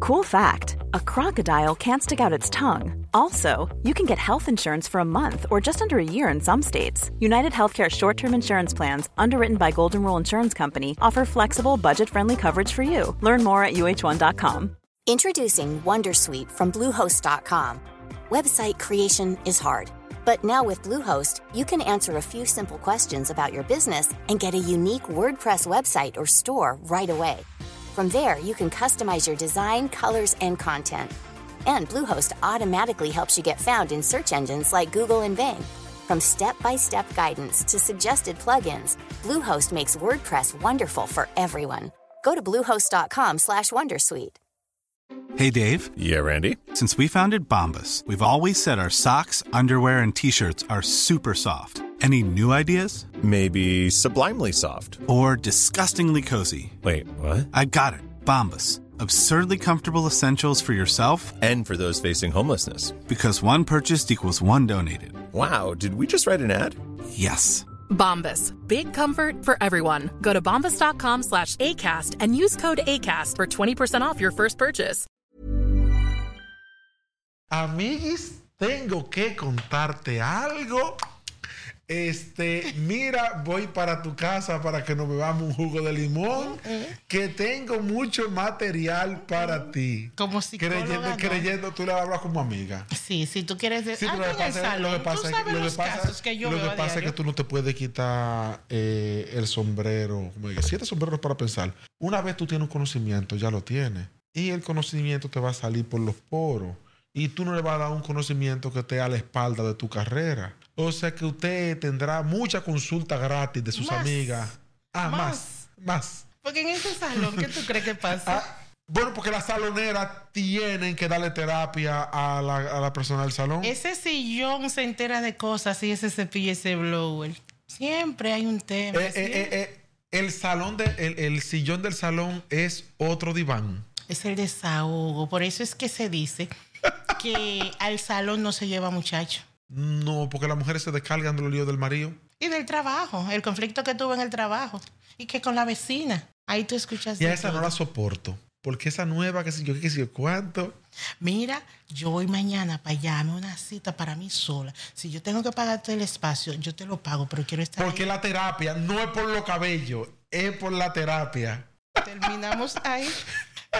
Cool fact a crocodile can't stick out its tongue. Also, you can get health insurance for a month or just under a year in some states. United Healthcare short term insurance plans, underwritten by Golden Rule Insurance Company, offer flexible, budget friendly coverage for you. Learn more at uh1.com. Introducing Wondersuite from Bluehost.com. Website creation is hard, but now with Bluehost, you can answer a few simple questions about your business and get a unique WordPress website or store right away. From there, you can customize your design, colors, and content. And Bluehost automatically helps you get found in search engines like Google and Bing. From step-by-step guidance to suggested plugins, Bluehost makes WordPress wonderful for everyone. Go to bluehost.com/wondersuite. slash Wondersuite. Hey Dave, Yeah, Randy. since we founded Bombus, we've always said our socks, underwear, and t shirts are super soft. Any new ideas? Maybe sublimely soft. Or disgustingly cozy? Wait, what? I got it, Bombus. Absurdly comfortable essentials for yourself And for those facing homelessness. because one purchased equals one donated. Wow, did we just write an ad? Yes. Bombas. Big comfort for everyone. Go to bombas.com slash ACAST and use code ACAST for 20% off your first purchase. Amiguis, tengo que contarte algo. Este, mira, voy para tu casa para que nos bebamos un jugo de limón, Mm, eh. que tengo mucho material para ti. Mm. Como psicóloga, Creyendo, ¿no? creyendo, tú le hablas como amiga. Sí, si tú quieres decir Sí, pero algo lo que en el pasa es- lo salón, que tú pasa es sabes que- lo que los pasa casos que es- yo lo veo que a pasa es que diario. tú no te puedes quitar eh, el sombrero. Como digo, siete sombreros para pensar. Una vez tú tienes un conocimiento, ya lo tienes. Y el conocimiento te va a salir por los poros. Y tú no le vas a dar un conocimiento que esté a la espalda de tu carrera. O sea que usted tendrá mucha consulta gratis de sus Más. amigas. Ah, más. Más. Porque en ese salón, ¿qué tú crees que pasa? Ah, bueno, porque las saloneras tienen que darle terapia a la, a la persona del salón. Ese sillón se entera de cosas y ese cepillo, ese blower. Siempre hay un tema. Eh, eh, siempre. eh, eh, el salón de, el, el sillón del salón es otro diván. Es el desahogo. Por eso es que se dice que al salón no se lleva muchacho. No, porque las mujeres se descargan de los líos del marido. Y del trabajo, el conflicto que tuvo en el trabajo. Y que con la vecina. Ahí tú escuchas. Y a de esa no todo. la soporto. Porque esa nueva, que sé yo, qué sé yo, cuánto. Mira, yo voy mañana para allá, hazme una cita para mí sola. Si yo tengo que pagarte el espacio, yo te lo pago, pero quiero estar. Porque la terapia no es por los cabellos, es por la terapia. ahí. Terminamos ahí.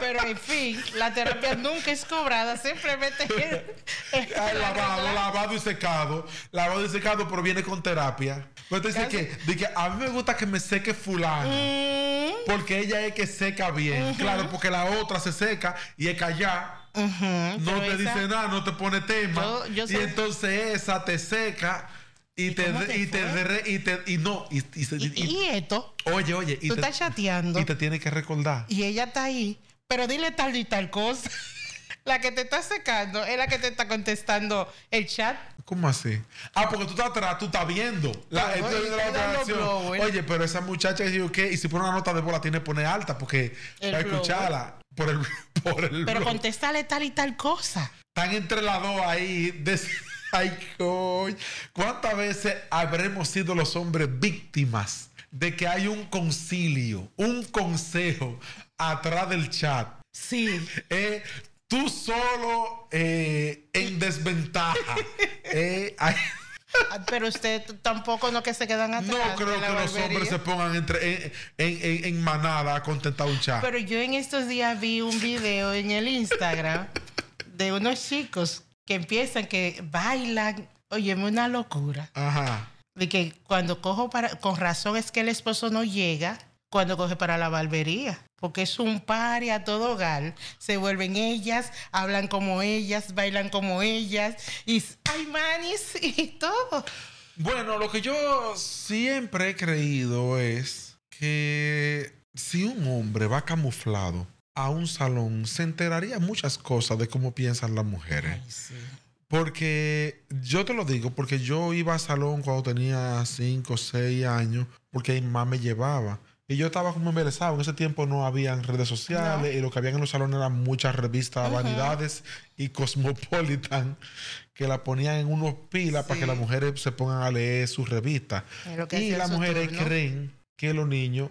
Pero en fin, la terapia nunca es cobrada, simplemente es- es Ay, lavado, lavado y secado. Lavado y secado, pero viene con terapia. Pero te dice que, de que a mí me gusta que me seque fulano. Mm, Porque ella es que seca bien. Claro, porque la otra se seca y es callada. ujú, no pero te esa- dice nada, no te pone tema. Yo- yo y sé- entonces esa te seca y, te, cómo te y te fue? re- y te y no y, y se- Y, y- y esto, oye, oye, y tú te, estás chateando y y, te tiene que recordar. ella está ahí, pero dile tal y tal cosa. La que te está secando es la que te está contestando el chat. ¿Cómo así? Ah, porque tú estás atrás, tú estás viendo la, Claro, estoy y viendo la te dan los ¿eh? operación. blowers. Oye, pero esa muchacha dijo que y si pone una nota de bola tiene que poner alta porque El para escucharla por el por el Pero blow. contéstale tal y tal cosa. Están entre las dos ahí. de- Ay, coño. ¿Cuántas veces habremos sido los hombres víctimas de que hay un concilio, un consejo atrás del chat? Sí. Eh, tú solo eh, en desventaja. Eh, ay, Ah, Pero usted t- tampoco no que se quedan atrás. no de creo la que los barbería. hombres se pongan entre, en, en- en- en manada a contentar un chat. Pero yo en estos días vi un video en el Instagram de unos chicos que empiezan que bailan. Óyeme, una locura. Ajá. De que cuando cojo para... Con razón es que el esposo no llega cuando coge para la barbería. Porque es un party a todo gal. Se vuelven ellas, hablan como ellas, bailan como ellas. Y s- hay manis y todo. Bueno, lo que yo siempre he creído es que si un hombre va camuflado a un salón, se enteraría muchas cosas de cómo piensan las mujeres. Porque yo te lo digo, porque yo iba al salón cuando tenía 5 o 6 años, porque mi mamá me llevaba. Y yo estaba como embelesado. En ese tiempo no habían redes sociales y lo que habían en los salones eran muchas revistas Vanidades y Cosmopolitan que la ponían en unos pilas para que las mujeres se pongan a leer sus revistas. Es lo Y que hacía las su mujeres turno. creen que los niños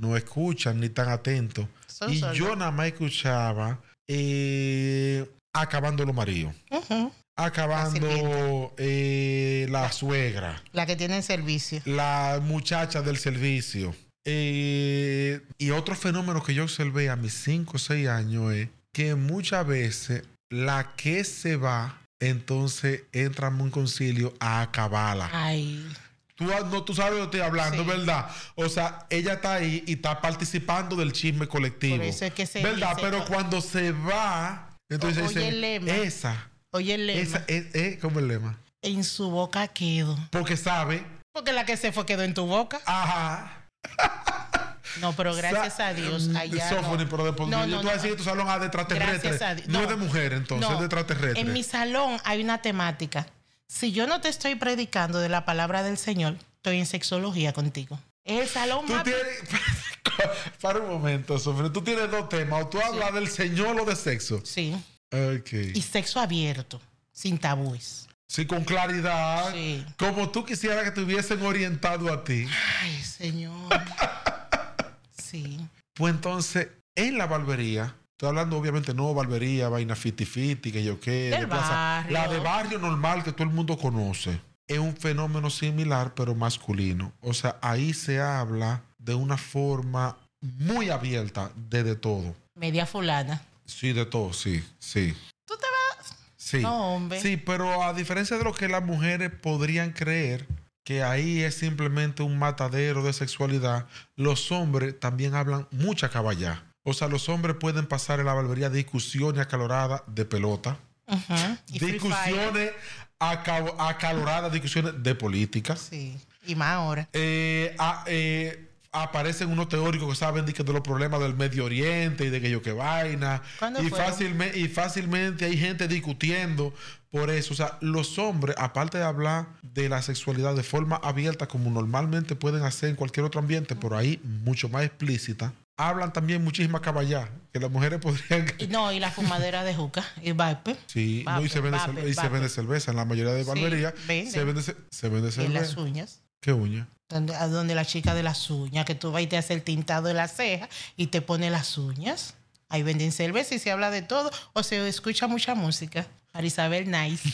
no escuchan ni están atentos. Son y sordos. yo nada más escuchaba eh, acabando los maridos, Ujú. acabando eh, la suegra, La que tiene servicio. la muchacha del servicio. Eh, y otro fenómeno que yo observé a mis 5 o 6 años es que muchas veces la que se va, entonces entra en un concilio a acabarla. Ay, Tú, ah, no, tú sabes de lo que estoy hablando, Ah. Sí. ¿verdad? O sea, ella está ahí y está participando del chisme colectivo. Por eso es que se ¿Verdad? dice Pero co- cuando se va, entonces O- oye dicen, el lema. esa, oye el lema. esa, es, es como el lema. En su boca quedo. Porque sabe, Porque la que se fue quedó en tu boca. ajá. No, pero gracias sa- Mm, a Dios allá no. Sófone, pero después No, yo no, tú vas a no. decir que tu salón es de extraterrestre. Gracias a Dios. No, es de mujer, entonces, no. es de extraterrestre. En mi salón hay una temática. Si yo no te estoy predicando de la palabra del Señor, estoy en sexología contigo. Es el salón Tú más... tienes. Para un momento, Sófone, tú tienes dos temas. O tú hablas del señor o de sexo. Sí. Ok. Y sexo abierto, sin tabúes. Sí, con claridad. Sí. Como tú quisieras que te hubiesen orientado a ti. Ay, Señor. Sí. Pues entonces, en la barbería, estoy hablando obviamente no barbería, vaina fiti fiti, que yo qué, Del de plaza. barrio. La de barrio normal que todo el mundo conoce. Es un fenómeno similar, pero masculino. O sea, ahí se habla de una forma muy abierta de de todo. Media fulana. Sí, de todo, sí, sí. Tú te vas... Sí. No, hombre. Sí, pero a diferencia de lo que las mujeres podrían creer, que ahí es simplemente un matadero de sexualidad, los hombres también hablan mucha caballá. O sea, los hombres pueden pasar en la barbería discusiones acaloradas de pelota, Ujú. Y Free Fire. discusiones aca- acaloradas, discusiones de política. Sí. Y más ahora. Eh, a- eh, aparecen unos teóricos que saben de, que de los problemas del Medio Oriente y de que yo que vaina. ¿Cuándo Y, fueron? fácilme- y fácilmente hay gente discutiendo por eso. O sea, los hombres, aparte de hablar de la sexualidad de forma abierta, como normalmente pueden hacer en cualquier otro ambiente, por ahí mucho más explícita, hablan también muchísima caballá, que las mujeres podrían... Y no, y la fumadera de juca. Y pues. vape. Sí, no, y, se vende, Vape, cel- vape, y se vape. vende cerveza. En la mayoría de Sí, barberías venden. se vende, ce- se vende Y las cerveza. uñas. ¿Qué uña? donde, a donde la chica de las uñas, que tú vas y te hace el tintado de las cejas y te pone las uñas. Ahí venden cerveza y se habla de todo o se escucha mucha música. Marisabel Nice.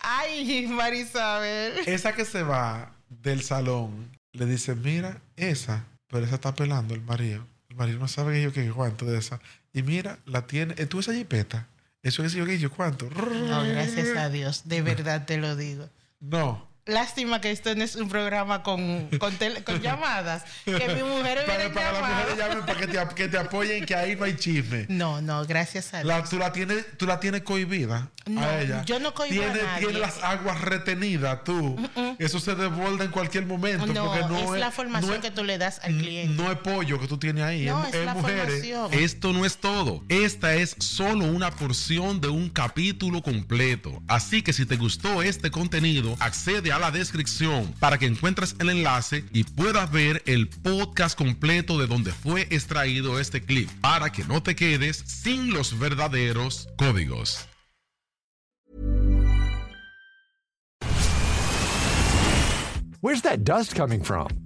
Ay, Marisabel. Esa que se va del salón le dice, mira, esa, pero esa está pelando el marido. El marido no sabe que yo que cuánto de esa. Y mira, la tiene, eh, tú esa jipeta, eso que sé yo que yo cuánto. No, gracias a Dios, de verdad te lo digo. No. Lástima que esto no es un programa con, con, tele- con llamadas. Que mi mujer Para, para las mujeres llamen para que te, ap- que te apoyen, que ahí no hay chisme. No, no, gracias a Dios. La- tú, la tienes, tú la tienes cohibida No, a ella. yo no cohibo a tienes, nadie. Mm, Tienes las aguas retenidas tú. Eso se desborda en cualquier momento. No, porque no es, la formación no es- que tú le das al cliente. No es pollo que tú tienes ahí, No, es, es es la mujeres. formación. Esto no es todo. Esta es solo una porción de un capítulo completo. Así que si te gustó este contenido, accede a la descripción para que encuentres el enlace y puedas ver el podcast completo de donde fue extraído este clip para que no te quedes sin los verdaderos códigos. Where's that dust coming from?